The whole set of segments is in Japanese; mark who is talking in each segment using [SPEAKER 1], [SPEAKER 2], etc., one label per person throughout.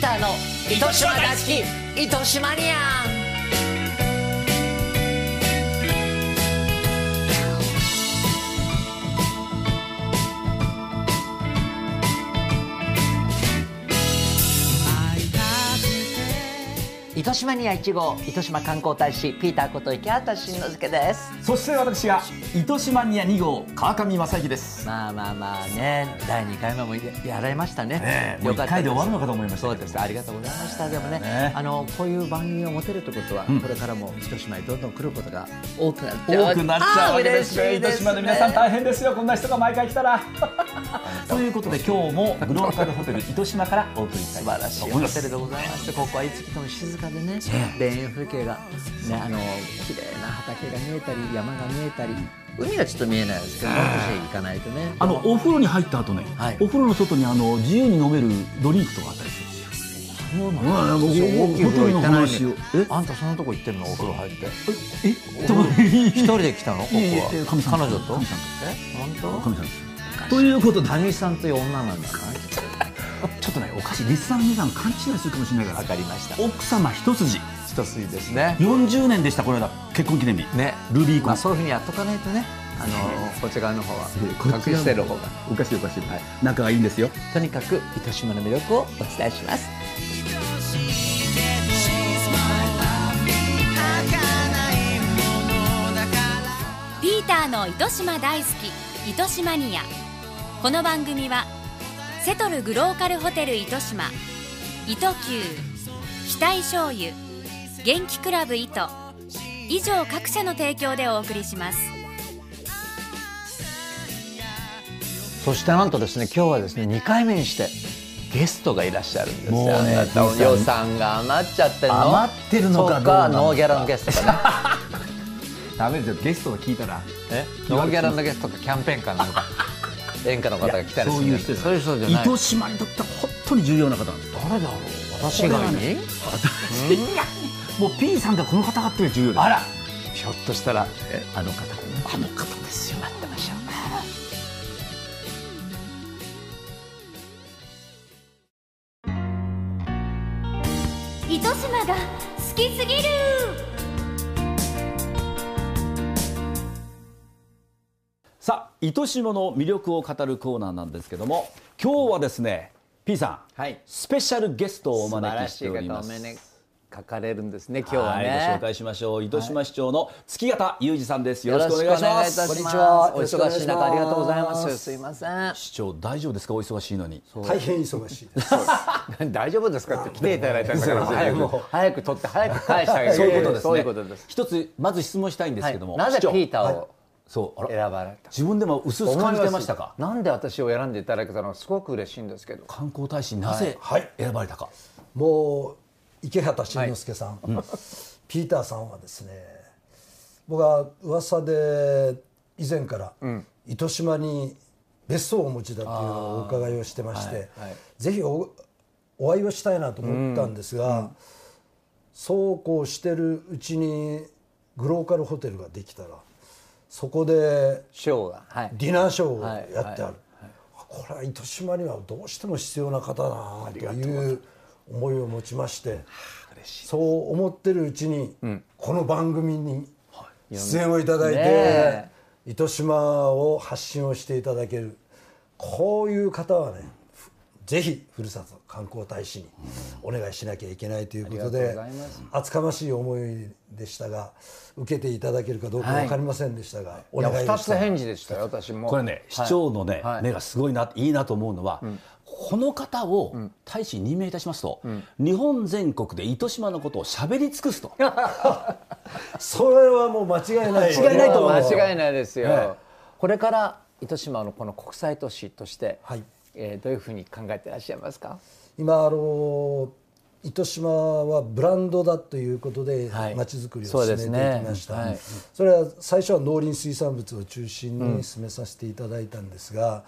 [SPEAKER 1] ターの糸島大好き糸島ニアン糸島ニア1号糸島観光大使ピーターこと池畑慎之介です
[SPEAKER 2] そして私が糸島ニア2号川上正幸です。
[SPEAKER 1] まあまあまあね第2回目もやられましたね
[SPEAKER 2] ねえもう一回で終わるのかと思いまし
[SPEAKER 1] そ
[SPEAKER 2] たけ
[SPEAKER 1] う
[SPEAKER 2] ど
[SPEAKER 1] ですありがとうございましたでもね
[SPEAKER 2] ね
[SPEAKER 1] あのこういう番組を持てるってことは、
[SPEAKER 2] ん
[SPEAKER 1] これからも糸島にどんどん来ることが多くなっちゃう
[SPEAKER 2] 多くなっちゃうわけです
[SPEAKER 1] あー
[SPEAKER 2] ね。
[SPEAKER 1] 嬉しいで
[SPEAKER 2] 糸
[SPEAKER 1] すね
[SPEAKER 2] 島の皆さん大変ですよ。こんな人が毎回来 たら。ということで今日もグローカルホテル糸島からお送りした
[SPEAKER 1] 素
[SPEAKER 2] い
[SPEAKER 1] 晴らし
[SPEAKER 2] と
[SPEAKER 1] い
[SPEAKER 2] 思い
[SPEAKER 1] ホ
[SPEAKER 2] ま
[SPEAKER 1] テル
[SPEAKER 2] す。
[SPEAKER 1] でございましてここはいつ来ても静かでね田園風景がねあの綺麗な畑が見えたり山が見えたり海がちょっと見えないですけど私行かないとね
[SPEAKER 2] あのお風呂に入った後ね、
[SPEAKER 1] はい
[SPEAKER 2] お風呂の外にあの自由に飲めるドリンクとかあったりするんですよ。
[SPEAKER 1] そうなん
[SPEAKER 2] うん僕
[SPEAKER 1] 大きい風呂行ってない
[SPEAKER 2] ホテルの
[SPEAKER 1] のに
[SPEAKER 2] 話
[SPEAKER 1] あんたそんなとこ行ってんのお風呂入って
[SPEAKER 2] え、
[SPEAKER 1] 一人で来たのここ
[SPEAKER 2] いえいえ
[SPEAKER 1] は
[SPEAKER 2] え神さん
[SPEAKER 1] 彼女と
[SPEAKER 2] 神さん
[SPEAKER 1] え
[SPEAKER 2] お
[SPEAKER 1] 本
[SPEAKER 2] かみさんです。ということ
[SPEAKER 1] 当
[SPEAKER 2] で、
[SPEAKER 1] 谷さんという女なんだな
[SPEAKER 2] ちょっとね、おかしい、リスナーの皆さん勘違いするかもしれないから、
[SPEAKER 1] かりました
[SPEAKER 2] 奥様一筋、
[SPEAKER 1] 一筋ですね
[SPEAKER 2] 40年でした、この間、結婚記念日。
[SPEAKER 1] ね
[SPEAKER 2] ルビーコン
[SPEAKER 1] まあそういうふうにやっとかないとねあのこっち側の方は隠してる方が
[SPEAKER 2] おかしいおかしい、仲がいいんですよ
[SPEAKER 1] とにかく糸島の魅力をお伝えします
[SPEAKER 3] ピーターの糸島大好き糸島ニアこの番組はセトルグローカルホテル糸島糸球期待醤油元気クラブ糸以上各社の提供でお送りします
[SPEAKER 1] そしてなんとですね今日はですね2回目にしてゲストがいらっしゃるんですよ、
[SPEAKER 2] もうね
[SPEAKER 1] あなた
[SPEAKER 2] 藤井さん
[SPEAKER 1] 予算が余っちゃってるの
[SPEAKER 2] 余ってるのかどうなのか
[SPEAKER 1] そノーギャラのゲストかね
[SPEAKER 2] ダメですよゲストが聞いたら
[SPEAKER 1] えノーギャラのゲストかキャンペーンかなんか演歌の方が来たりす
[SPEAKER 2] そう
[SPEAKER 1] る
[SPEAKER 2] い
[SPEAKER 1] ん
[SPEAKER 2] う
[SPEAKER 1] です
[SPEAKER 2] 人
[SPEAKER 1] よそういう人じゃない
[SPEAKER 2] 糸島にとっては本当に重要な方なんです
[SPEAKER 1] 誰だろう私以外に、
[SPEAKER 2] 私もう P さんがこの方がっていうのが重要です
[SPEAKER 1] あらひょっとしたらあの方
[SPEAKER 2] あの方ですよ待ってましょ
[SPEAKER 3] 糸島が好きすぎる
[SPEAKER 2] さあ糸島の魅力を語るコーナーなんですけども今日はですね P さん、
[SPEAKER 1] はい
[SPEAKER 2] スペシャルゲストをお
[SPEAKER 1] 素晴
[SPEAKER 2] 招
[SPEAKER 1] ら
[SPEAKER 2] きし
[SPEAKER 1] しい
[SPEAKER 2] ており
[SPEAKER 1] 方
[SPEAKER 2] ま
[SPEAKER 1] お
[SPEAKER 2] す
[SPEAKER 1] 目にかかれるんですね今日はね、
[SPEAKER 2] い、ご紹介しましょう糸島市長の月形裕二さんですよろしくお願いし
[SPEAKER 1] よ
[SPEAKER 2] ま
[SPEAKER 1] ろしくお願いいた
[SPEAKER 2] す
[SPEAKER 1] しま
[SPEAKER 4] こんに
[SPEAKER 1] す
[SPEAKER 4] ちは
[SPEAKER 1] お忙しい中ありがとうございま
[SPEAKER 4] よろ
[SPEAKER 1] す
[SPEAKER 4] し
[SPEAKER 1] すいません
[SPEAKER 2] 市長大丈夫ですかお忙しいのに
[SPEAKER 4] 大変忙しいです。
[SPEAKER 1] 大丈夫ですかって来ていただいたんだから早く早く取って早く返してあげる
[SPEAKER 2] そういうことですね。
[SPEAKER 1] そういうことです
[SPEAKER 2] 一つまず質問したいんですけども、
[SPEAKER 1] はいなぜ
[SPEAKER 2] 市長
[SPEAKER 1] ピーターを
[SPEAKER 2] はいそうあ
[SPEAKER 1] 選
[SPEAKER 2] ら
[SPEAKER 1] ばれた
[SPEAKER 2] 自分でも薄々感じてましたか。
[SPEAKER 1] なんで私を選んでいただけたのはすごく嬉しいんですけど
[SPEAKER 2] 観光大使になぜ
[SPEAKER 4] はい
[SPEAKER 2] 選ばれたか。
[SPEAKER 4] もう池畑慎之介さん、ピーターさんはですね、僕は噂で以前から糸島に別荘をお持ちだというのをお伺いをしてまして、ぜひおお会いをしたいなと思ったんですが、そうこうしてるうちにグローカルホテルができたら、そこで
[SPEAKER 1] ショーがはい
[SPEAKER 4] ディナーショーをやってある、
[SPEAKER 1] はいはい
[SPEAKER 4] これは糸島にはどうしても必要な方だなという思いを持ちましてそう思ってるうちに、この番組に出演をいただいて、
[SPEAKER 1] ねえ
[SPEAKER 4] 糸島を発信をしていただけるこういう方はねふぜひふるさと観光大使にお願いしなきゃいけないということ
[SPEAKER 1] あり
[SPEAKER 4] で
[SPEAKER 1] がとうございます
[SPEAKER 4] 厚かましい思いでしたが受けていただけるかどうか分かりませんでしたが、お
[SPEAKER 1] い
[SPEAKER 4] 願
[SPEAKER 1] や
[SPEAKER 4] いをした
[SPEAKER 1] 二つ返事でしたよ私も
[SPEAKER 2] これね、市長のね、
[SPEAKER 1] はい
[SPEAKER 2] 目がすごいな、いいなと思うのは、この方を大使に任命いたしますと、日本全国で糸島のことを喋り尽くすと。
[SPEAKER 4] それはもう間違いない。
[SPEAKER 1] 間違いないと
[SPEAKER 4] 思う
[SPEAKER 1] 間違いないですよ、
[SPEAKER 2] え
[SPEAKER 1] これから糸島のこの国際都市として、
[SPEAKER 4] はい
[SPEAKER 1] えーどういうふうに考えていらっしゃいますか
[SPEAKER 4] 今あの糸島はブランドだということで
[SPEAKER 1] はい
[SPEAKER 4] 町づくりを
[SPEAKER 1] そうで
[SPEAKER 4] 進め
[SPEAKER 1] す
[SPEAKER 4] て
[SPEAKER 1] ね
[SPEAKER 4] いきました、
[SPEAKER 1] はい
[SPEAKER 4] それは最初は農林水産物を中心に進めさせていただいたんですが、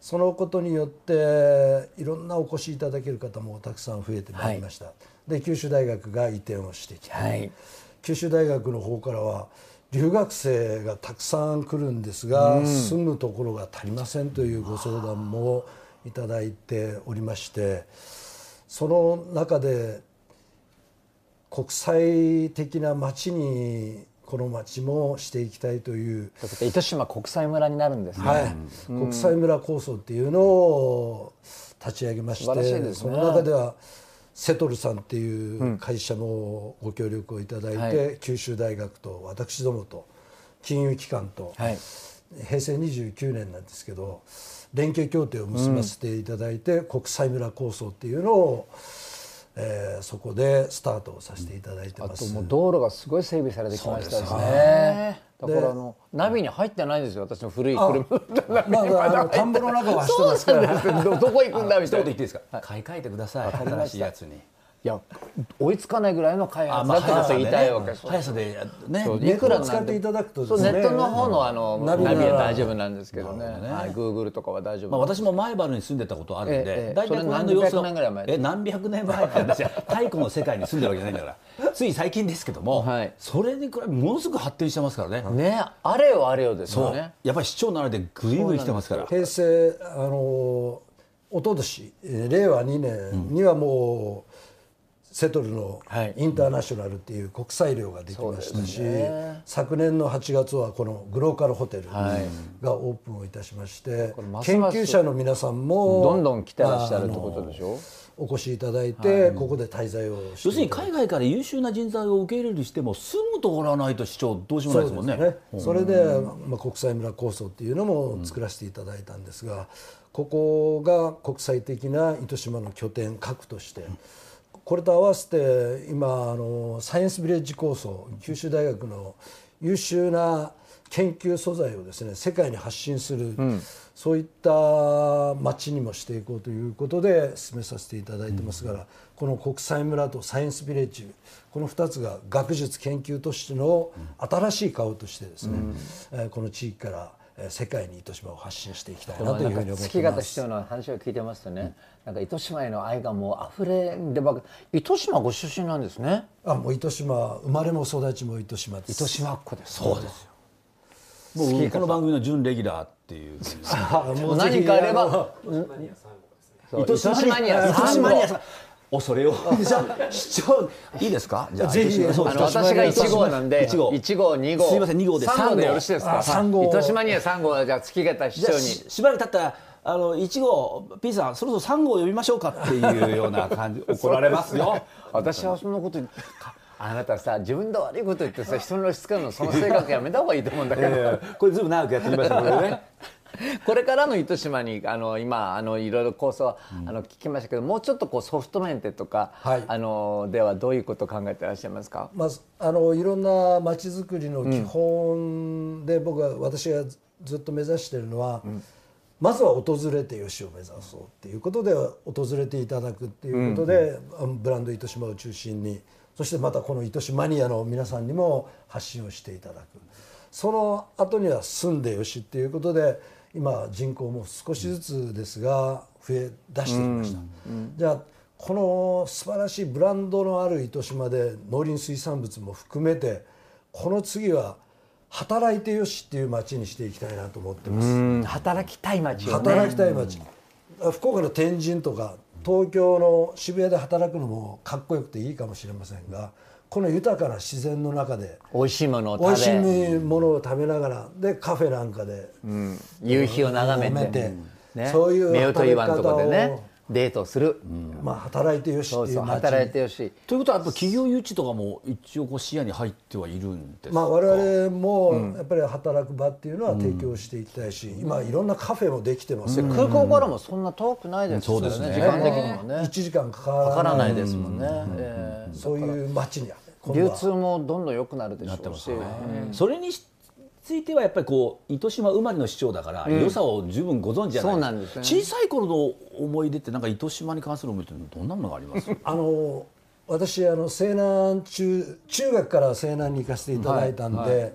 [SPEAKER 4] そのことによっていろんなお越しいただける方もたくさん増えてまいりました、で九州大学が移転をしてきて、
[SPEAKER 1] はい
[SPEAKER 4] 九州大学の方からは留学生がたくさん来るんですが、住むところが足りませんというご相談もいただいておりましてその中で国際的な街にこの街もしていきたいという、
[SPEAKER 5] ということで糸島国際村になるんですね、
[SPEAKER 4] はい、国際村構想っていうのを立ち上げまして
[SPEAKER 5] 素晴らしいですね
[SPEAKER 4] その中ではセトルさんっていう会社もご協力をいただいて、
[SPEAKER 5] はい
[SPEAKER 4] 九州大学と私どもと金融機関と、
[SPEAKER 5] はい
[SPEAKER 4] 平成29年なんですけど連携協定を結ばせていただいて、国際村構想っていうのを、えーそこでスタートをさせていただいて
[SPEAKER 5] あ
[SPEAKER 4] ま
[SPEAKER 5] と
[SPEAKER 4] す。
[SPEAKER 5] もう道路がすごい整備されてきましたですねだからあのナビに入ってないんですよ私の古い車
[SPEAKER 4] あまだあの田んぼの中を走ってますから
[SPEAKER 5] どどこ行くんだ
[SPEAKER 2] 一
[SPEAKER 5] みた
[SPEAKER 2] 言
[SPEAKER 5] いな
[SPEAKER 2] 言っ
[SPEAKER 5] い
[SPEAKER 2] ていいですか、買い替えてください新しいやつに
[SPEAKER 5] や追いつかないぐらいの開発だって
[SPEAKER 2] 速
[SPEAKER 5] こと
[SPEAKER 2] さで
[SPEAKER 5] を言い
[SPEAKER 2] ね
[SPEAKER 5] たいわけです
[SPEAKER 2] 速さでね
[SPEAKER 5] そう
[SPEAKER 4] ネ
[SPEAKER 5] い
[SPEAKER 4] ッ
[SPEAKER 5] く
[SPEAKER 4] ト
[SPEAKER 5] ら
[SPEAKER 4] を使っていただくと
[SPEAKER 5] そう
[SPEAKER 4] で
[SPEAKER 5] ネ
[SPEAKER 4] すね
[SPEAKER 5] ットの方のあのナ
[SPEAKER 4] ナ
[SPEAKER 5] ビ
[SPEAKER 4] ビな
[SPEAKER 5] は
[SPEAKER 4] ら
[SPEAKER 5] 大丈夫なんですけどね。
[SPEAKER 2] ね
[SPEAKER 5] はい、Google とかは大丈夫。
[SPEAKER 2] まあ、私も前原に住んでたことあるん
[SPEAKER 5] ええええ
[SPEAKER 2] で、大体この辺の様子
[SPEAKER 5] それ何百年ぐらい前
[SPEAKER 2] え何百年前って 話は太古の世界に住んでるわけじゃないんだからつい最近ですけども、
[SPEAKER 5] はい
[SPEAKER 2] それに比べものすごく発展してますからね、
[SPEAKER 5] ね、あれよあれよです
[SPEAKER 2] そ
[SPEAKER 5] よ
[SPEAKER 2] う
[SPEAKER 5] ね。
[SPEAKER 2] やっぱり市長ならでぐいぐい来てますから
[SPEAKER 4] 平成あの一昨年えー令和2年にはもう、セトルの
[SPEAKER 5] はい
[SPEAKER 4] インターナショナルっていう国際寮ができましたし、昨年の8月はこのグローカルホテルがオープンをいたしまして、
[SPEAKER 5] れます
[SPEAKER 4] 研
[SPEAKER 5] ます
[SPEAKER 4] 究者の皆さんも
[SPEAKER 5] どんどん来てらっしゃるってことでしょ。
[SPEAKER 4] お越しいただいて、ここで滞在をして
[SPEAKER 2] 要するに海外から優秀な人材を受け入れるにしても住むところはないと市長どうしようもないですもんね
[SPEAKER 4] そうですねそれで、まあ、国際村構想っていうのも作らせていただいたんですが、ここが国際的な糸島の拠点核として、これと合わせて今あのサイエンスビレッジ構想九州大学の優秀な研究素材をですね世界に発信する、そういった町にもしていこうということで進めさせていただいてますから、この国際村とサイエンスビレッジこの2つが学術研究都市の新しい顔としてですね、えーこの地域からえー世界に糸島を発信していきたい
[SPEAKER 5] で
[SPEAKER 4] な
[SPEAKER 5] も
[SPEAKER 4] とい
[SPEAKER 5] な
[SPEAKER 4] うんふう
[SPEAKER 5] か
[SPEAKER 4] に思っ
[SPEAKER 5] 月
[SPEAKER 4] て
[SPEAKER 5] 形
[SPEAKER 4] ま
[SPEAKER 5] 市
[SPEAKER 4] す。
[SPEAKER 5] 長の話を聞いてますとね、なんか糸島への愛がもう溢れんでばかり糸島ご出身なんですね。
[SPEAKER 4] あもう糸島生まれも育ちも糸島です。
[SPEAKER 5] 糸島っ子です。
[SPEAKER 2] そうですよもうこの番組の準レギュラーっていう
[SPEAKER 4] あもうぜひ
[SPEAKER 5] 何かあれ
[SPEAKER 4] あの
[SPEAKER 5] ば。そう糸島には
[SPEAKER 2] 糸
[SPEAKER 5] 三
[SPEAKER 2] 島
[SPEAKER 5] 号
[SPEAKER 2] にはさ恐れをじゃあ市長いいですかじゃあ
[SPEAKER 4] ぜひ
[SPEAKER 2] 糸島そう
[SPEAKER 5] あ
[SPEAKER 2] です
[SPEAKER 5] の私が1号なんで
[SPEAKER 2] 一号
[SPEAKER 5] 1号2号
[SPEAKER 2] すいません二号で
[SPEAKER 5] 3号で
[SPEAKER 2] 三号
[SPEAKER 5] よろしいですか
[SPEAKER 4] あ三号
[SPEAKER 5] 糸島には3号はじゃあ月形市
[SPEAKER 2] じゃ
[SPEAKER 5] 長
[SPEAKER 2] あ
[SPEAKER 5] に
[SPEAKER 2] ししばらく経ったらあの1号 P さんそろそろ3号呼びましょうかっていうような感 じ怒られますよ
[SPEAKER 5] 私はそんなこと言ってかあなたさ自分で悪いこと言ってさ人の押し付けるのその性格やめた方がいいと思うんだけど、
[SPEAKER 2] ええこれずいぶん長くやってきましたけどね
[SPEAKER 5] これからの糸島にあの今あのいろいろ構想は、あの聞きましたけどもうちょっとこうソフト面でとか、
[SPEAKER 4] はい
[SPEAKER 5] あのではどういうことを考えてらっしゃいますか
[SPEAKER 4] まずあのいろんなまちづくりの基本で、僕は私がずっと目指しているのは、まずは訪れてよしを目指そうっていうことで訪れていただくっていうことで、あのブランド糸島を中心にそしてまたこの糸島マニアの皆さんにも発信をしていただくその後には住んでよしっていうことで今人口も少しずつですが増え出してきました。じゃあこの素晴らしいブランドのある糸島で農林水産物も含めてこの次は働いてよしっていう町にしていきたいなと思ってます
[SPEAKER 5] 働きたい街をね
[SPEAKER 4] 働きたい町福岡の天神とか東京の渋谷で働くのもかっこよくていいかもしれませんがこの豊かな自然の中で
[SPEAKER 5] 美味しいものを
[SPEAKER 4] 美味し
[SPEAKER 5] 食べ
[SPEAKER 4] いものを食べながらでカフェなんかで
[SPEAKER 5] 夕日を眺めて
[SPEAKER 4] 眺めて
[SPEAKER 5] ね、
[SPEAKER 4] そういう
[SPEAKER 5] 夫婦岩のとこで
[SPEAKER 4] 働き
[SPEAKER 5] ね
[SPEAKER 4] 方を
[SPEAKER 5] デートをする、
[SPEAKER 4] まあ働いてよし
[SPEAKER 5] そう
[SPEAKER 4] ってい
[SPEAKER 5] そうう
[SPEAKER 4] 町
[SPEAKER 5] 働いてよし
[SPEAKER 2] ということはやっぱ企業誘致とかも一応こう視野に入ってはいるんですか、
[SPEAKER 4] まあ、我々もやっぱり働く場っていうのは提供していきたいし、今いろんなカフェもできてますよ、
[SPEAKER 5] 空港からもそんな遠くないですよね,、
[SPEAKER 2] そうですね
[SPEAKER 5] 時間的にもね
[SPEAKER 4] 1時間かから
[SPEAKER 5] か
[SPEAKER 4] ない
[SPEAKER 5] からないですもんね、ええ
[SPEAKER 4] そういう街に今
[SPEAKER 5] 流
[SPEAKER 4] 度は
[SPEAKER 5] 通もどんどん良くなるでしょうし、
[SPEAKER 2] それについてはやっぱりこう糸島生まれの市長だから、良さを十分ご存知じゃない
[SPEAKER 5] そうなんですよね
[SPEAKER 2] 小さい頃の思い出ってなんか糸島に関する思い出ってどんなものがあります
[SPEAKER 4] あの私あの西南中中学から西南に行かせていただいたんで、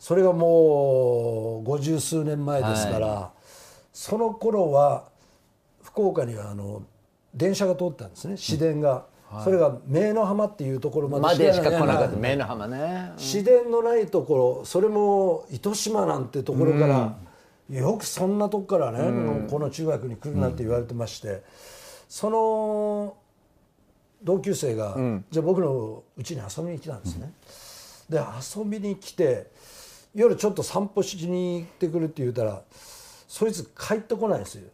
[SPEAKER 4] それがもう五十数年前ですから、その頃は福岡にはあの電車が通ったんですね市電が、それが明の浜っていうところま
[SPEAKER 5] ま
[SPEAKER 4] で
[SPEAKER 5] でしか来なか
[SPEAKER 4] は
[SPEAKER 5] っ
[SPEAKER 4] い
[SPEAKER 5] た目の浜ね
[SPEAKER 4] 市電のないところそれも糸島なんてところから、よくそんなとこからね、この中学に来るなんて言われてまして、その同級生が、じゃあ僕の家に遊びに来たんですね、で遊びに来て夜ちょっと散歩しに行ってくるって言うたらそいつ帰ってこないんですよ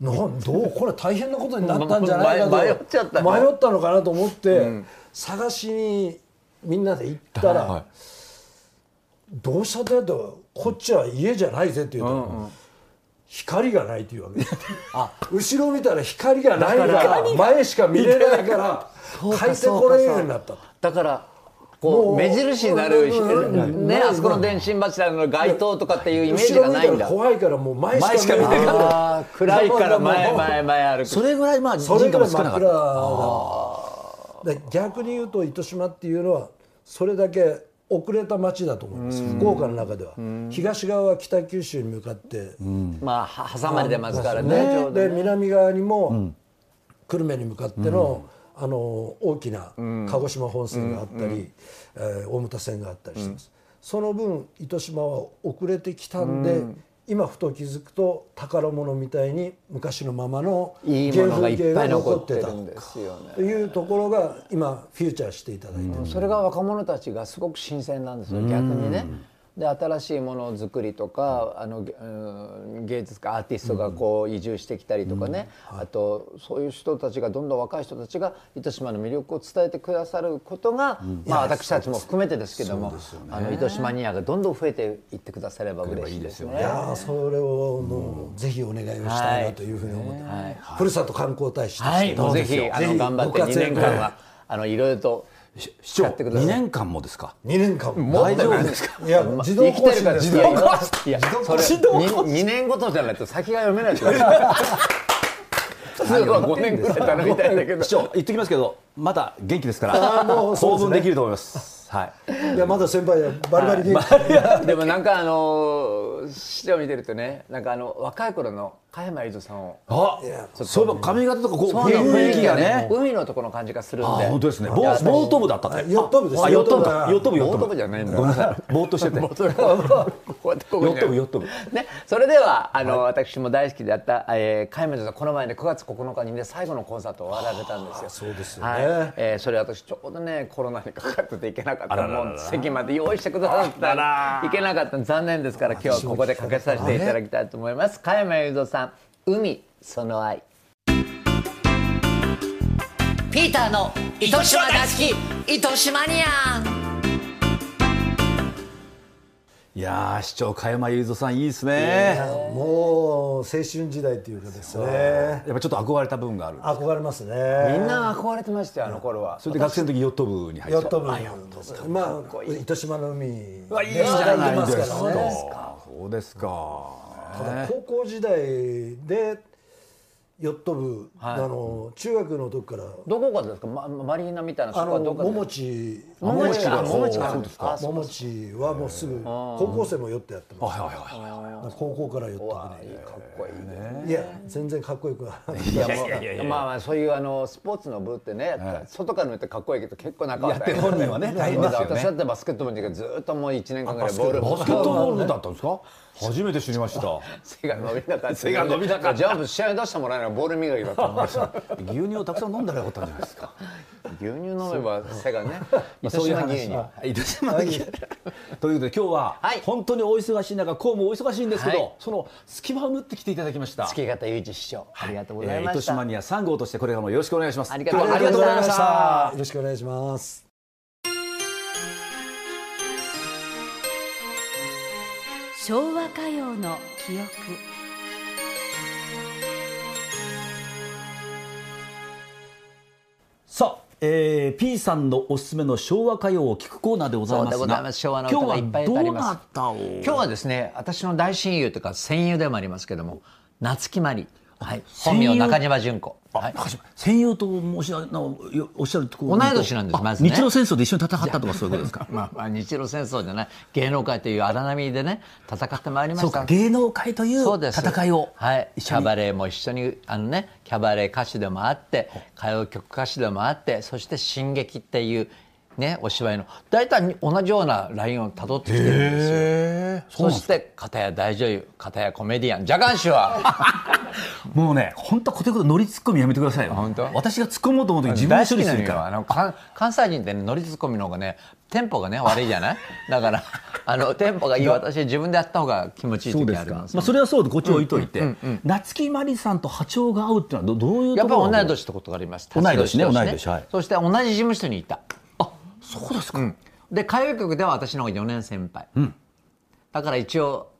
[SPEAKER 4] なんどうこれ大変なことになったんじゃないかと
[SPEAKER 5] 迷迷っちゃった の
[SPEAKER 4] 迷ったのかなと思って、探しにみんなで行ったら、
[SPEAKER 2] はい
[SPEAKER 4] どうしたってやったらこっちは家じゃないぜって言うと、光がないっていうわけ あ後ろ見たら光がないから前しか見れないから帰ってこれんようになったと
[SPEAKER 5] だからこ
[SPEAKER 4] も
[SPEAKER 5] う
[SPEAKER 4] う
[SPEAKER 5] 目印になるひ
[SPEAKER 4] うん
[SPEAKER 5] ね
[SPEAKER 4] うん
[SPEAKER 5] あそこの電信柱の街灯とかっていうイメージ
[SPEAKER 4] 後
[SPEAKER 5] が
[SPEAKER 4] ろ見
[SPEAKER 5] ない
[SPEAKER 4] た
[SPEAKER 5] ん
[SPEAKER 4] ら
[SPEAKER 5] だ
[SPEAKER 4] 怖いからもう前しか見れない
[SPEAKER 5] あー暗いから前前前歩く
[SPEAKER 2] それぐらいまあ人
[SPEAKER 4] それ
[SPEAKER 2] 家
[SPEAKER 4] ぐ
[SPEAKER 2] も
[SPEAKER 4] らい
[SPEAKER 2] 少
[SPEAKER 4] 真っ
[SPEAKER 2] なか
[SPEAKER 4] 暗
[SPEAKER 2] った
[SPEAKER 4] だだ逆に言うと糸島っていうのはそれだけ遅れた町だと思います福岡の中では東側は北九州に向かって
[SPEAKER 5] まあ挟まれてますからねちょうど
[SPEAKER 4] で南側にも久留米に向かっての、あの大きな鹿児島本線があったり、えー大牟田線があったりしてます、その分糸島は遅れてきたんで、今ふと気づくと宝物みたいに昔のままの
[SPEAKER 5] いいものがいっぱい残ってるんですよね
[SPEAKER 4] というところが今フューチャーしていただいてる、
[SPEAKER 5] それが若者たちがすごく新鮮なんですよ逆にね。で新しいものづくりとかあのげうん芸術家アーティストがこう移住してきたりとかね、あとそういう人たちがどんどん若い人たちが糸島の魅力を伝えてくださることが、まあ、私たちも含めてですけども、あの糸島ニアがどんどん増えていってくだされば嬉しいです ね。
[SPEAKER 4] いやーそれをもうぜひお願いをしたいなというふうに思って、ふるさと観光大使として、
[SPEAKER 5] はい、もうぜひあの頑張って
[SPEAKER 4] ご活
[SPEAKER 5] 2
[SPEAKER 4] 躍
[SPEAKER 5] 年間はあのいろいろと
[SPEAKER 2] し市長
[SPEAKER 5] 使ってくださ
[SPEAKER 2] 2
[SPEAKER 5] い
[SPEAKER 2] 年間もですか
[SPEAKER 4] 2年間
[SPEAKER 2] 大丈夫ですか
[SPEAKER 4] いや、自動更新ですよ。
[SPEAKER 5] いやそれ二二年ごとじゃないと先が読めないです から。普通は五年ぐらいだなみたいだけど
[SPEAKER 2] 市。長言っときますけどまだ元気ですから
[SPEAKER 4] あーもうそ
[SPEAKER 2] 当
[SPEAKER 4] うですね
[SPEAKER 2] 分できると思いますはい
[SPEAKER 4] いや、まだ先輩や、バリバリ元気。
[SPEAKER 5] でもなんかあの市長見てるとね、なんかあの若い頃の加山雄三さんを。
[SPEAKER 2] あそういえば髪型とかこう雰囲気がね
[SPEAKER 5] 海のとこの感じがするん
[SPEAKER 2] あ
[SPEAKER 5] で。
[SPEAKER 2] 本当です ね。ボ
[SPEAKER 5] で
[SPEAKER 2] ーボート部だったね。
[SPEAKER 4] あヨット部です
[SPEAKER 2] あヨット部だ。ヨ
[SPEAKER 4] ヨ
[SPEAKER 2] ッ
[SPEAKER 4] ッ
[SPEAKER 2] ト部ヨット
[SPEAKER 5] ボート部じゃないんだ
[SPEAKER 2] ごめんなさい。ボーっと してて。ヨ
[SPEAKER 5] それはこうやってここに
[SPEAKER 2] ット部ヨット部。
[SPEAKER 5] ね、それではあの、私も大好きであった、えー、加山雄三さんこの前で9月9日にね最後のコンサートを終わられたんですよ。
[SPEAKER 4] そうですよね
[SPEAKER 5] はいえー、それ私ちょうどねコロナにかかってて行けなかった
[SPEAKER 2] らららら
[SPEAKER 5] もう席まで用意してくださった行けなかった残念ですから今日はここでかけさせていただきたいと思います加山雄三さん海その愛
[SPEAKER 3] ピーターの糸島大好き糸島ニア
[SPEAKER 2] いやー市長加山雄三さんいいですね。
[SPEAKER 4] もう青春時代というかですね。
[SPEAKER 2] やっぱちょっと憧れた部分がある。
[SPEAKER 4] 憧れます
[SPEAKER 5] み
[SPEAKER 4] ね。
[SPEAKER 5] んな憧れてましたよあの頃は
[SPEAKER 2] それで学生の時ヨット部に入
[SPEAKER 4] ヨ
[SPEAKER 2] っ
[SPEAKER 4] ッ
[SPEAKER 2] て
[SPEAKER 4] ト
[SPEAKER 2] た。
[SPEAKER 4] 部まあ、糸島の海。
[SPEAKER 2] いいじゃない
[SPEAKER 4] ます
[SPEAKER 2] で
[SPEAKER 4] か
[SPEAKER 2] すから
[SPEAKER 4] ね。。
[SPEAKER 2] そうですか。
[SPEAKER 4] ただ高校時代で。ヨット部、あの、中学の時から。
[SPEAKER 5] どこかですか、ま、マリーナみたいなそ
[SPEAKER 4] あの、
[SPEAKER 5] こはどこ
[SPEAKER 4] も
[SPEAKER 5] で
[SPEAKER 4] もち。
[SPEAKER 5] ももち
[SPEAKER 4] も
[SPEAKER 5] かもも
[SPEAKER 4] も
[SPEAKER 5] ち
[SPEAKER 4] ち
[SPEAKER 5] か
[SPEAKER 4] か
[SPEAKER 5] あるんですか
[SPEAKER 4] ももちはもうすぐ、高校生もヨットやってます。
[SPEAKER 2] はいはいはいは
[SPEAKER 4] 高校からヨット部に。
[SPEAKER 5] かっこいいね
[SPEAKER 4] いや全然かっこよく はない
[SPEAKER 5] いやもう
[SPEAKER 2] いやいや
[SPEAKER 5] まあまあそういうあのスポーツの部ってね、外から見てかっこいいけど結構中は
[SPEAKER 2] やってる本人はね大変ですよね
[SPEAKER 5] 私だってバスケットボールの時はずっともう1年間ぐらいボール
[SPEAKER 2] い。バスケットボールだったんですか。初めて知りました。
[SPEAKER 5] 背が伸びなかった
[SPEAKER 2] 背が伸びなかった
[SPEAKER 5] ジャンプ試合出してもらえないボール磨きだったもん
[SPEAKER 2] 牛乳をたくさん飲んだらよかったんじゃないですか。
[SPEAKER 5] 牛乳飲めば 背がね
[SPEAKER 2] まあ、そういう
[SPEAKER 5] 糸島牛
[SPEAKER 2] 話
[SPEAKER 5] 乳
[SPEAKER 2] はい糸島牛乳ということで今日は
[SPEAKER 5] はい
[SPEAKER 2] 本当にお忙しい中こうもお忙しいんですけど、
[SPEAKER 5] はい
[SPEAKER 2] その隙間を縫ってきていただきました
[SPEAKER 5] 月形雄一師匠ありがとうござい
[SPEAKER 2] えー
[SPEAKER 5] ま
[SPEAKER 2] 糸
[SPEAKER 5] した、
[SPEAKER 2] 島には3号としてこれからもよろしくお願いします
[SPEAKER 5] ありがとうございました
[SPEAKER 2] 今日はありがとうございました
[SPEAKER 4] よろしくお願いします
[SPEAKER 3] 昭和歌謡の記憶
[SPEAKER 2] さあ、えー、P さんのおすすめの昭和歌謡を聞くコーナーでございますが
[SPEAKER 5] そうでございます昭和の歌がいっぱい
[SPEAKER 2] 今日
[SPEAKER 5] あ
[SPEAKER 2] は
[SPEAKER 5] り
[SPEAKER 2] ど
[SPEAKER 5] ます
[SPEAKER 2] なたを
[SPEAKER 5] 今日はですね私の大親友というか戦友でもありますけども夏木マリ、はい、本名
[SPEAKER 2] 戦友
[SPEAKER 5] 中島純子は
[SPEAKER 2] あ
[SPEAKER 5] い
[SPEAKER 2] 中島戦友と申しなよおっしゃるとこ
[SPEAKER 5] 同い年なんです
[SPEAKER 2] あ
[SPEAKER 5] まずね
[SPEAKER 2] 日露戦争で一緒に戦ったとかそういうこと ですか
[SPEAKER 5] まあ、まあ日露戦争じゃない芸能界という荒波でね戦ってまいりま
[SPEAKER 2] そ
[SPEAKER 5] し
[SPEAKER 2] うか
[SPEAKER 5] た
[SPEAKER 2] 芸能界という
[SPEAKER 5] そうです
[SPEAKER 2] 戦いを
[SPEAKER 5] はい、キ
[SPEAKER 2] 一緒
[SPEAKER 5] ャ
[SPEAKER 2] に
[SPEAKER 5] バレーも一緒にあの、ね、キャバレー歌手でもあって歌謡曲歌手でもあってそして進撃っていうね、お芝居の大体同じようなラインをたどってきてるんですよ、
[SPEAKER 2] え
[SPEAKER 5] そして片や大女優片やコメディアンジャガン氏は
[SPEAKER 2] もうね、本当こういうことノリツッコミやめてくださいよ。
[SPEAKER 5] 本当
[SPEAKER 2] 私が突っ込もうと思うとき自分
[SPEAKER 5] 大
[SPEAKER 2] で処
[SPEAKER 5] 好
[SPEAKER 2] 理
[SPEAKER 5] き
[SPEAKER 2] す
[SPEAKER 5] なの
[SPEAKER 2] るか
[SPEAKER 5] よ
[SPEAKER 2] ら。
[SPEAKER 5] あの関関西人ってねノリツッコミの方がねテンポがね悪いじ ゃないだからあのテンポがいい私自分でやった方が気持ちいい時あります
[SPEAKER 2] まあそれはそうでこっち置いといて、夏木マリさんと波長が合うっていうのはどどういう
[SPEAKER 5] や
[SPEAKER 2] と
[SPEAKER 5] っ
[SPEAKER 2] ころ
[SPEAKER 5] ぱ同
[SPEAKER 2] が
[SPEAKER 5] い年ってことがありました
[SPEAKER 2] 同い年ね
[SPEAKER 5] と
[SPEAKER 2] 同い年はい
[SPEAKER 5] そして同じ事務所にいたあそうですか、うんで歌謡曲では私の方が4年先輩、だから一応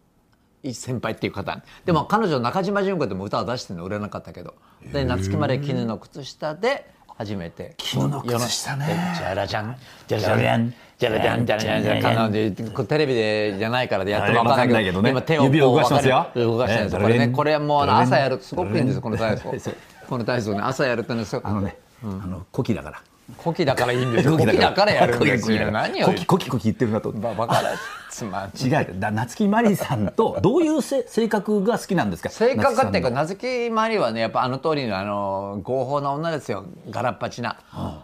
[SPEAKER 5] い先輩っていう方でも彼女中島純子でも歌を出してるの売れなかったけどで夏木まで絹の靴下で初めて
[SPEAKER 2] 絹の靴下ね
[SPEAKER 5] 世のでジャラジャンジャラジャンジャラジャンジャラジャンジャラジャン彼女こうテレビでじゃないからでやっても分かんないけど
[SPEAKER 2] あれ
[SPEAKER 5] 今
[SPEAKER 2] わかんないけど
[SPEAKER 5] 手
[SPEAKER 2] ね
[SPEAKER 5] をこう
[SPEAKER 2] 指を動かしてますよ
[SPEAKER 5] 動かしてるんです
[SPEAKER 2] ね
[SPEAKER 5] これねこれもうあ
[SPEAKER 2] ド
[SPEAKER 5] の
[SPEAKER 2] レレン
[SPEAKER 5] 朝やるとすごくいいんですこの体操この体操ね朝やるとねすごい
[SPEAKER 2] あのね、あの古希だから。
[SPEAKER 5] コキだからいい んですよコキだからやるんですよ何を
[SPEAKER 2] コキコキコキ言ってるなと。
[SPEAKER 5] ババカだつまんない
[SPEAKER 2] 違う。だ夏木マリさんとどういうせ性格が好きなんですか。
[SPEAKER 5] 性格っていうか
[SPEAKER 2] 夏木
[SPEAKER 5] 名付きまりはねやっぱあの通りのあの合法な女ですよガラっぱちな、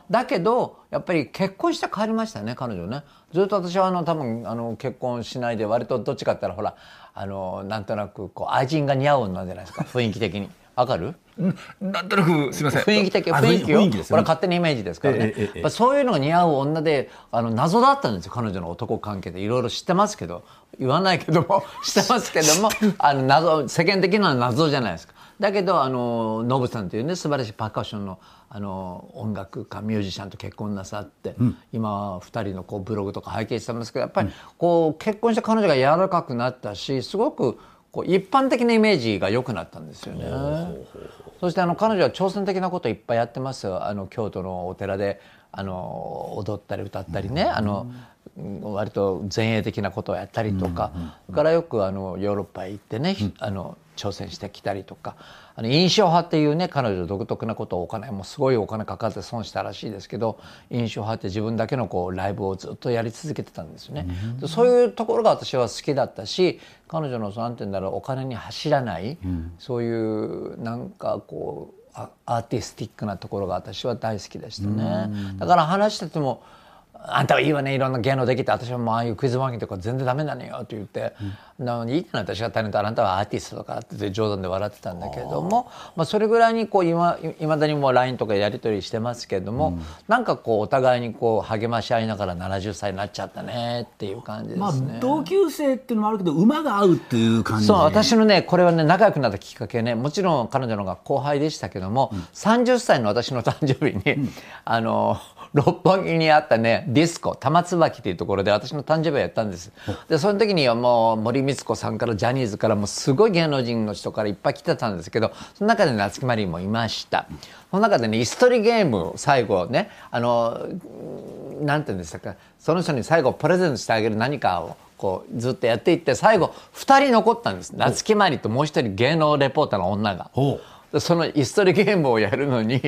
[SPEAKER 5] だけどやっぱり結婚して帰りましたね彼女ねずっと私はあの多分あの結婚しないで割とどっちかって言ったらほらあのなんとなくこう愛人が似合う女じゃないですか雰囲気的にわかる
[SPEAKER 2] さんの。なんとなくすみません。
[SPEAKER 5] 雰囲気的
[SPEAKER 2] あ
[SPEAKER 5] 雰囲気を
[SPEAKER 2] 雰囲気です
[SPEAKER 5] これ
[SPEAKER 2] よ
[SPEAKER 5] は。勝手なイメージですからね、
[SPEAKER 2] ええええ
[SPEAKER 5] やっぱそういうのが似合う女であの謎だったんですよ彼女の男関係でいろいろ知ってますけど言わないけども 知ってますけどもあの謎世間的な謎じゃないですかだけどあのノブさんというね素晴らしいパーカッションのあの音楽家ミュージシャンと結婚なさって、今は2人のこうブログとか拝見してますけどやっぱりこう結婚して彼女が柔らかくなったしすごくこう一般的なイメージが良くなったんですよね。そしてあの彼女は挑戦的なこといっぱいやってますよあの京都のお寺であの踊ったり歌ったりね、あのうん割と前衛的なことをやったりとか、それからよくあのヨーロッパへ行ってね、ひあの挑戦してきたりとかあの印象派っていうね彼女独特なことをお金もうすごいお金かかって損したらしいですけど印象派って自分だけのこうライブをずっとやり続けてたんですよね、でそういうところが私は好きだったし彼女のそのなんて言うんだろうお金に走らない、そういうなんかこうあアーティスティックなところが私は大好きでしたね、だから話しててもあんたはいいわねいろんな芸能できて私はもうああいうクイズ番組とか全然ダメなのよって言って、なのにいいじゃない私がタレントあなたはアーティストだからって言って冗談で笑ってたんだけれどもまあ、それぐらいにこういまいまだにもう LINE とかやり取りしてますけれども、なんかこうお互いにこう励まし合いながら70歳になっちゃったねっていう感じですね。
[SPEAKER 2] まあ同級生っていうのもあるけど馬が合うっていう感じ。
[SPEAKER 5] そう私のねこれはね仲良くなったきっかけねもちろん彼女の方が後輩でしたけども、30歳の私の誕生日に、あの六本木にあったねディスコ玉椿っていうところで私の誕生日をやったんですでその時にはもう森光子さんからジャニーズからもうすごい芸能人の人からいっぱい来てたんですけどその中で夏木マリもいましたその中でね椅子取りゲームを最後ねあのなんて言うんでしたかその人に最後プレゼントしてあげる何かをこうずっとやっていって最後2人残ったんです夏木マリともう一人芸能レポーターの女が
[SPEAKER 2] ほ
[SPEAKER 5] でその椅子取りゲームをやるのに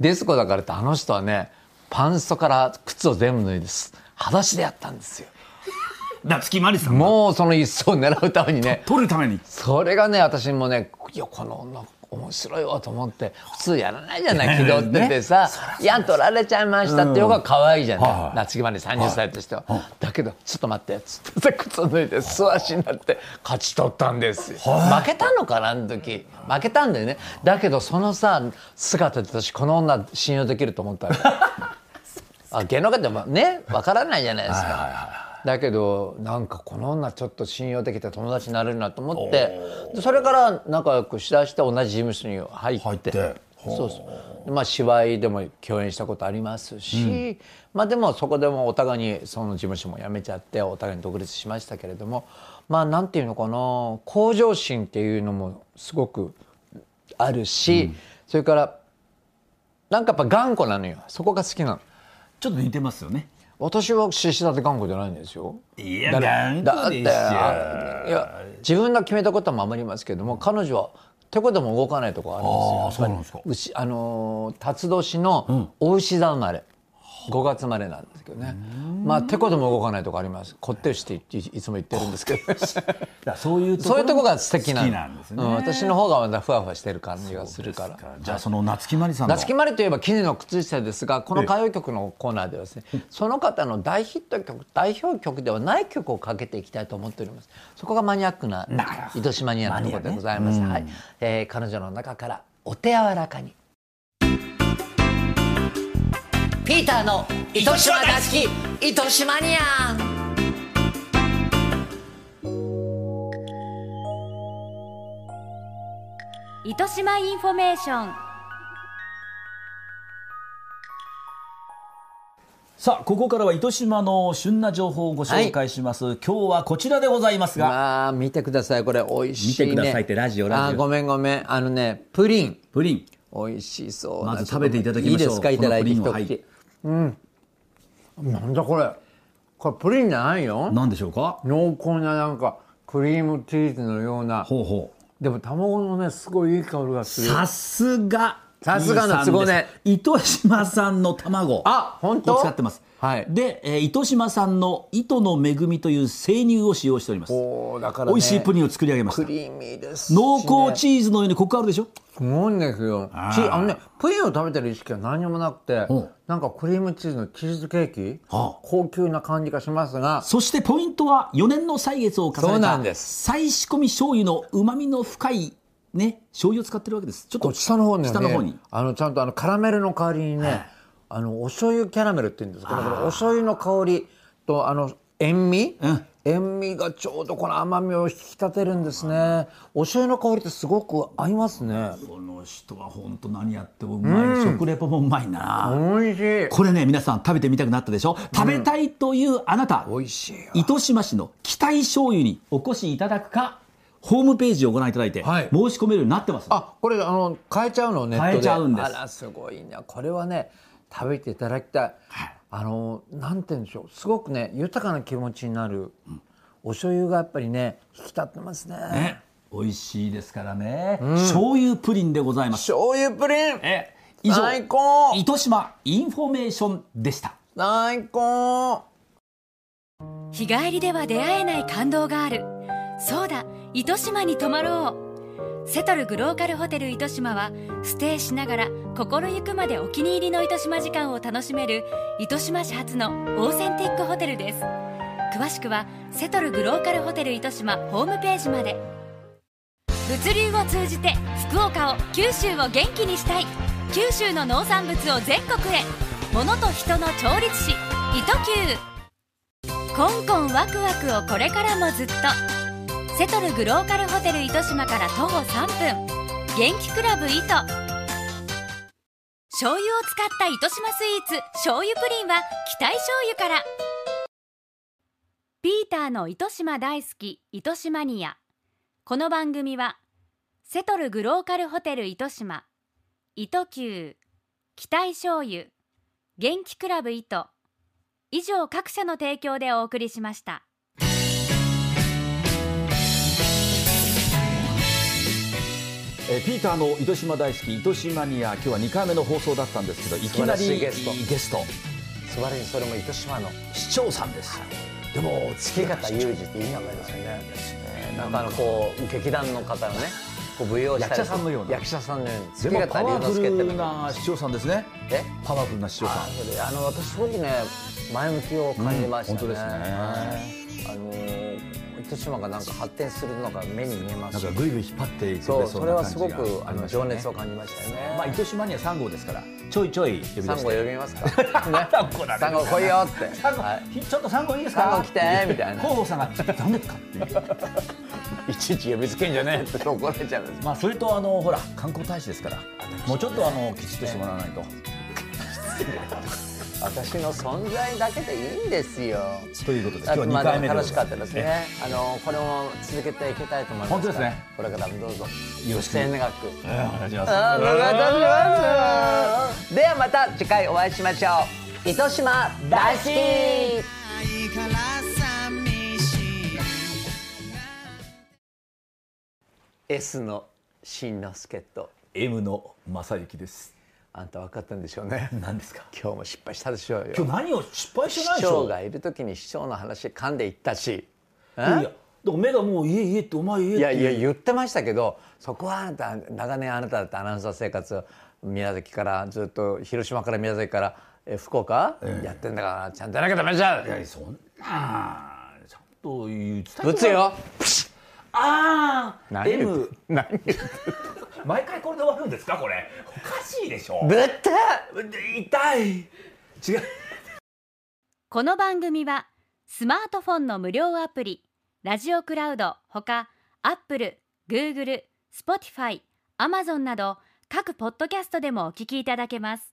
[SPEAKER 5] ディスコだからってあの人はねパンストから靴を全部脱いです裸足でやったんですよ
[SPEAKER 2] 夏木マリさんも
[SPEAKER 5] もうその椅子を狙うためにね
[SPEAKER 2] 取るために。
[SPEAKER 5] それがね私もねいやこの女面白いわと思って普通やらないじゃない気取ってて さ「いや取られちゃいました」ってよが可愛いじ
[SPEAKER 2] は
[SPEAKER 5] ゃ
[SPEAKER 2] い
[SPEAKER 5] な
[SPEAKER 2] はい
[SPEAKER 5] い夏木まで30歳としてはだけど「ちょっと待って」つって靴脱いで素足になって勝ち取ったんですよ負けたのかなあの時負けたんだよねだけどそのさ姿で私この女信用できると思ったの あ芸能界ってまあねわからないじゃないですかだけどなんかこの女ちょっと信用できて友達になれるなと思ってでそれから仲良くしだして同じ事務所に入って
[SPEAKER 2] 入って
[SPEAKER 5] そうそうまあ芝居でも共演したことありますし、まあでもそこでもお互いにその事務所も辞めちゃってお互いに独立しましたけれどもまあなんていうのかな向上心っていうのもすごくあるし、それからなんかやっぱ頑固なのよそこが好きなの。
[SPEAKER 2] ちょっと似てますよね。
[SPEAKER 5] 私は獅子だって頑固じゃないんですよ。
[SPEAKER 2] いや
[SPEAKER 5] だから
[SPEAKER 2] 頑固でしょ
[SPEAKER 5] だってあいや自分が決めたことは守りますけども彼女はてこでも動かないとこあるんです
[SPEAKER 2] ああそ
[SPEAKER 5] よ。
[SPEAKER 2] うなんですか
[SPEAKER 5] 牛あのー辰年のお牛座生まれ、 5月生まれなんですけどねまあてことも動かないとこありますこってりしていいつも言ってるんですけど
[SPEAKER 2] らそういう
[SPEAKER 5] そういうとこが素敵
[SPEAKER 2] 好
[SPEAKER 5] な
[SPEAKER 2] きなんですね、
[SPEAKER 5] うん私の方がまだふわふわしてる感じがするから
[SPEAKER 2] じゃあその夏木マリさんの
[SPEAKER 5] 夏木マリといえば絹の靴下ですがこの歌謡曲のコーナーではですねその方の大ヒット曲代表曲ではない曲をかけていきたいと思っておりますそこがマニアックな糸島ニアのところでございます、はいえー彼女の中から「お手柔らかに」ピーターの糸島大好き糸島ニアン
[SPEAKER 3] 糸島インフォメーション
[SPEAKER 2] さあここからは糸島の旬な情報をご紹介します、今日はこちらでございますが
[SPEAKER 5] まあ見てくださいこれ美味しい
[SPEAKER 2] 見
[SPEAKER 5] ね
[SPEAKER 2] てくださいってラジオラジオ
[SPEAKER 5] あーごめんごめんあのねプリン
[SPEAKER 2] プリン
[SPEAKER 5] 美味しそうな
[SPEAKER 2] まず食べていただきましょう
[SPEAKER 5] いいですかいただいて一
[SPEAKER 2] このプリンを
[SPEAKER 5] 口、うんなんだこれこれプリンじゃないよ
[SPEAKER 2] 何でしょうか
[SPEAKER 5] 濃厚ななんかクリームチーズのような
[SPEAKER 2] ほうほう
[SPEAKER 5] でも卵のねすごいいい香りがする
[SPEAKER 2] さすが
[SPEAKER 5] さすがの都合ね
[SPEAKER 2] いいさんです糸島産の卵
[SPEAKER 5] あ本当
[SPEAKER 2] を使ってます、
[SPEAKER 5] はい
[SPEAKER 2] で、えー糸島産の糸の恵みという生乳を使用しております
[SPEAKER 5] おーだから、ね、
[SPEAKER 2] 美味しいプリンを作り上げまし
[SPEAKER 5] ク
[SPEAKER 2] た
[SPEAKER 5] リーミーですしね、
[SPEAKER 2] 濃厚チーズのようにコクあるでしょ
[SPEAKER 5] すごいんですよ
[SPEAKER 2] あー
[SPEAKER 5] チーあのねプリンを食べてる意識は何にもなくて
[SPEAKER 2] うん
[SPEAKER 5] なんかクリームチーズのチーズケーキ
[SPEAKER 2] はあ
[SPEAKER 5] 高級な感じがしますが
[SPEAKER 2] そしてポイントは4年の歳月を重
[SPEAKER 5] そう
[SPEAKER 2] ね
[SPEAKER 5] な
[SPEAKER 2] た
[SPEAKER 5] んです
[SPEAKER 2] 再仕込み醤油の旨味の深いね醤油を使ってるわけですちょっ
[SPEAKER 5] ことう下の方にはね
[SPEAKER 2] 下の方に
[SPEAKER 5] あのちゃんとあのカラメルの代わりにね、あのお醤油キャラメルって言うんですけどこれお醤油の香りとあの塩味、
[SPEAKER 2] うん
[SPEAKER 5] 塩味がちょうどこの甘みを引き立てるんですねお醤油の香りってすごく合いますね
[SPEAKER 2] この人は本当何やってもうまい、食レポもうまいな、
[SPEAKER 5] 美味しい
[SPEAKER 2] これね皆さん食べてみたくなったでしょ食べたいというあなた、
[SPEAKER 5] 美味しいよ
[SPEAKER 2] 糸島市の期待醤油にお越しいただくかホームページをご覧いただいて申
[SPEAKER 5] はい
[SPEAKER 2] し込めるようになってます、
[SPEAKER 5] あこれあの買えちゃうのネットで
[SPEAKER 2] 買えちゃうんです
[SPEAKER 5] あらすごいなこれはね食べていただきたい、あのなんて言うんでしょうすごくね豊かな気持ちになる、お醤油がやっぱりね引き立ってますね
[SPEAKER 2] ね美味しいですからね、醤油プリンでございます
[SPEAKER 5] 醤油プリン
[SPEAKER 2] え以上
[SPEAKER 5] 最高
[SPEAKER 2] 糸島インフォメーションでした
[SPEAKER 5] 最高
[SPEAKER 3] 日帰りでは出会えない感動があるそうだ糸島に泊まろうセトルグローカルホテル糸島はステイしながら心ゆくまでお気に入りの糸島時間を楽しめる糸島市発のオーセンティックホテルです詳しくはセトルグローカルホテル糸島ホームページまで物流を通じて福岡を九州を元気にしたい九州の農産物を全国へ物と人の調律師糸球コンコンワクワクをこれからもずっとセトルグローカルホテル糸島から徒歩3分元気クラブ糸醤油を使った糸島スイーツ醤油プリンは期待醤油からピーターの糸島大好き糸島ニアこの番組はセトルグローカルホテル糸島糸球期待醤油元気クラブ糸以上各社の提供でお送りしました。
[SPEAKER 2] えーピーターの糸島大好き糸島ニア今日は2回目の放送だったんですけどいき
[SPEAKER 6] 晴
[SPEAKER 2] な
[SPEAKER 6] ら
[SPEAKER 2] り
[SPEAKER 6] しい
[SPEAKER 2] ゲ
[SPEAKER 6] ゲスト
[SPEAKER 2] スト
[SPEAKER 6] 素晴らしいそれも糸島の
[SPEAKER 2] 市長さんです
[SPEAKER 6] でも月方裕二っていい名前ですよねねなんかあのこう劇団の方のねこう舞踊したり
[SPEAKER 2] 役者さんのような
[SPEAKER 6] 役者さんのように
[SPEAKER 2] で
[SPEAKER 6] 月
[SPEAKER 2] も
[SPEAKER 6] 方
[SPEAKER 2] パ
[SPEAKER 6] 龍
[SPEAKER 2] ワ
[SPEAKER 6] 之
[SPEAKER 2] フ
[SPEAKER 6] 介って
[SPEAKER 2] ル
[SPEAKER 6] のが
[SPEAKER 2] な市長さんですね
[SPEAKER 6] え
[SPEAKER 2] パワフルな市長さ
[SPEAKER 6] あそれあの私すごくね前向きを感じましたね、
[SPEAKER 2] うん本当ですね
[SPEAKER 6] はいあのー糸島がなんか発展するのが目に見えま
[SPEAKER 2] んなん
[SPEAKER 6] す
[SPEAKER 2] かぐいぐい引っ張っていってく
[SPEAKER 6] そ
[SPEAKER 2] れ
[SPEAKER 6] う
[SPEAKER 2] そ
[SPEAKER 6] そうれ
[SPEAKER 2] な
[SPEAKER 6] は
[SPEAKER 2] 感
[SPEAKER 6] す
[SPEAKER 2] じが
[SPEAKER 6] ごくあ
[SPEAKER 2] あり
[SPEAKER 6] の
[SPEAKER 2] ました
[SPEAKER 6] 情
[SPEAKER 2] ね
[SPEAKER 6] 熱を感じましたよね
[SPEAKER 2] まあ糸島には3号ですからちょいちょい呼び
[SPEAKER 6] サ
[SPEAKER 2] 出
[SPEAKER 6] ン
[SPEAKER 2] し
[SPEAKER 6] ゴ呼
[SPEAKER 2] て
[SPEAKER 6] びますか
[SPEAKER 2] サンゴだ ね
[SPEAKER 6] サンゴ来いよって
[SPEAKER 2] サンゴ
[SPEAKER 6] は
[SPEAKER 2] ひちょっとサンゴいいですか
[SPEAKER 6] サンゴ来てみたい な
[SPEAKER 2] 広報さんが「なんでか?」っていう
[SPEAKER 6] い、いちいち呼びつけんじゃねえって怒られちゃうんです
[SPEAKER 2] まあそれとあのほら観光大使ですからもうちょっとあのきちっとしてもらわないと
[SPEAKER 6] 私の存在だけでいいんですよ
[SPEAKER 2] ということで今
[SPEAKER 6] あ
[SPEAKER 2] 日は
[SPEAKER 6] ま
[SPEAKER 2] 2
[SPEAKER 6] あ
[SPEAKER 2] 回
[SPEAKER 6] でも
[SPEAKER 2] 目で
[SPEAKER 6] 楽しかったです
[SPEAKER 2] え
[SPEAKER 6] ねあのこれも続けていきたいと思います
[SPEAKER 2] 本当ですね
[SPEAKER 6] これからもどうぞ
[SPEAKER 2] よろしく
[SPEAKER 6] 末永く
[SPEAKER 2] えお願いします
[SPEAKER 6] あお願いいたしますではまた次回お会いしましょう糸島大好き「S のしんのすけと
[SPEAKER 2] M の正幸です。
[SPEAKER 5] あんた分かったんでしょうね何ですか今日も失敗したでしょうよ
[SPEAKER 2] 今日何を失敗してないで
[SPEAKER 5] 市
[SPEAKER 2] しょ
[SPEAKER 5] 長がいる時に市長の話噛んでいったし
[SPEAKER 2] いやいやだから目がもう家家ってお前家って
[SPEAKER 5] いやいや言ってましたけどそこはあなた長年あなただってアナウンサー生活宮崎からずっと広島から宮崎からえ福岡、やってんだからちゃんとやらなきゃダメじゃん
[SPEAKER 2] いやそんなちゃんと言う伝え
[SPEAKER 5] ぶつよ
[SPEAKER 2] ああ
[SPEAKER 5] 何言う
[SPEAKER 2] M
[SPEAKER 5] 何言う
[SPEAKER 2] 毎回これで終わるんですかこれおかしいでしょ
[SPEAKER 5] ぶった
[SPEAKER 2] 痛い違う
[SPEAKER 3] この番組はスマートフォンの無料アプリラジオクラウドほかアップル、グーグル、スポティファイ、アマゾンなど各ポッドキャストでもお聞きいただけます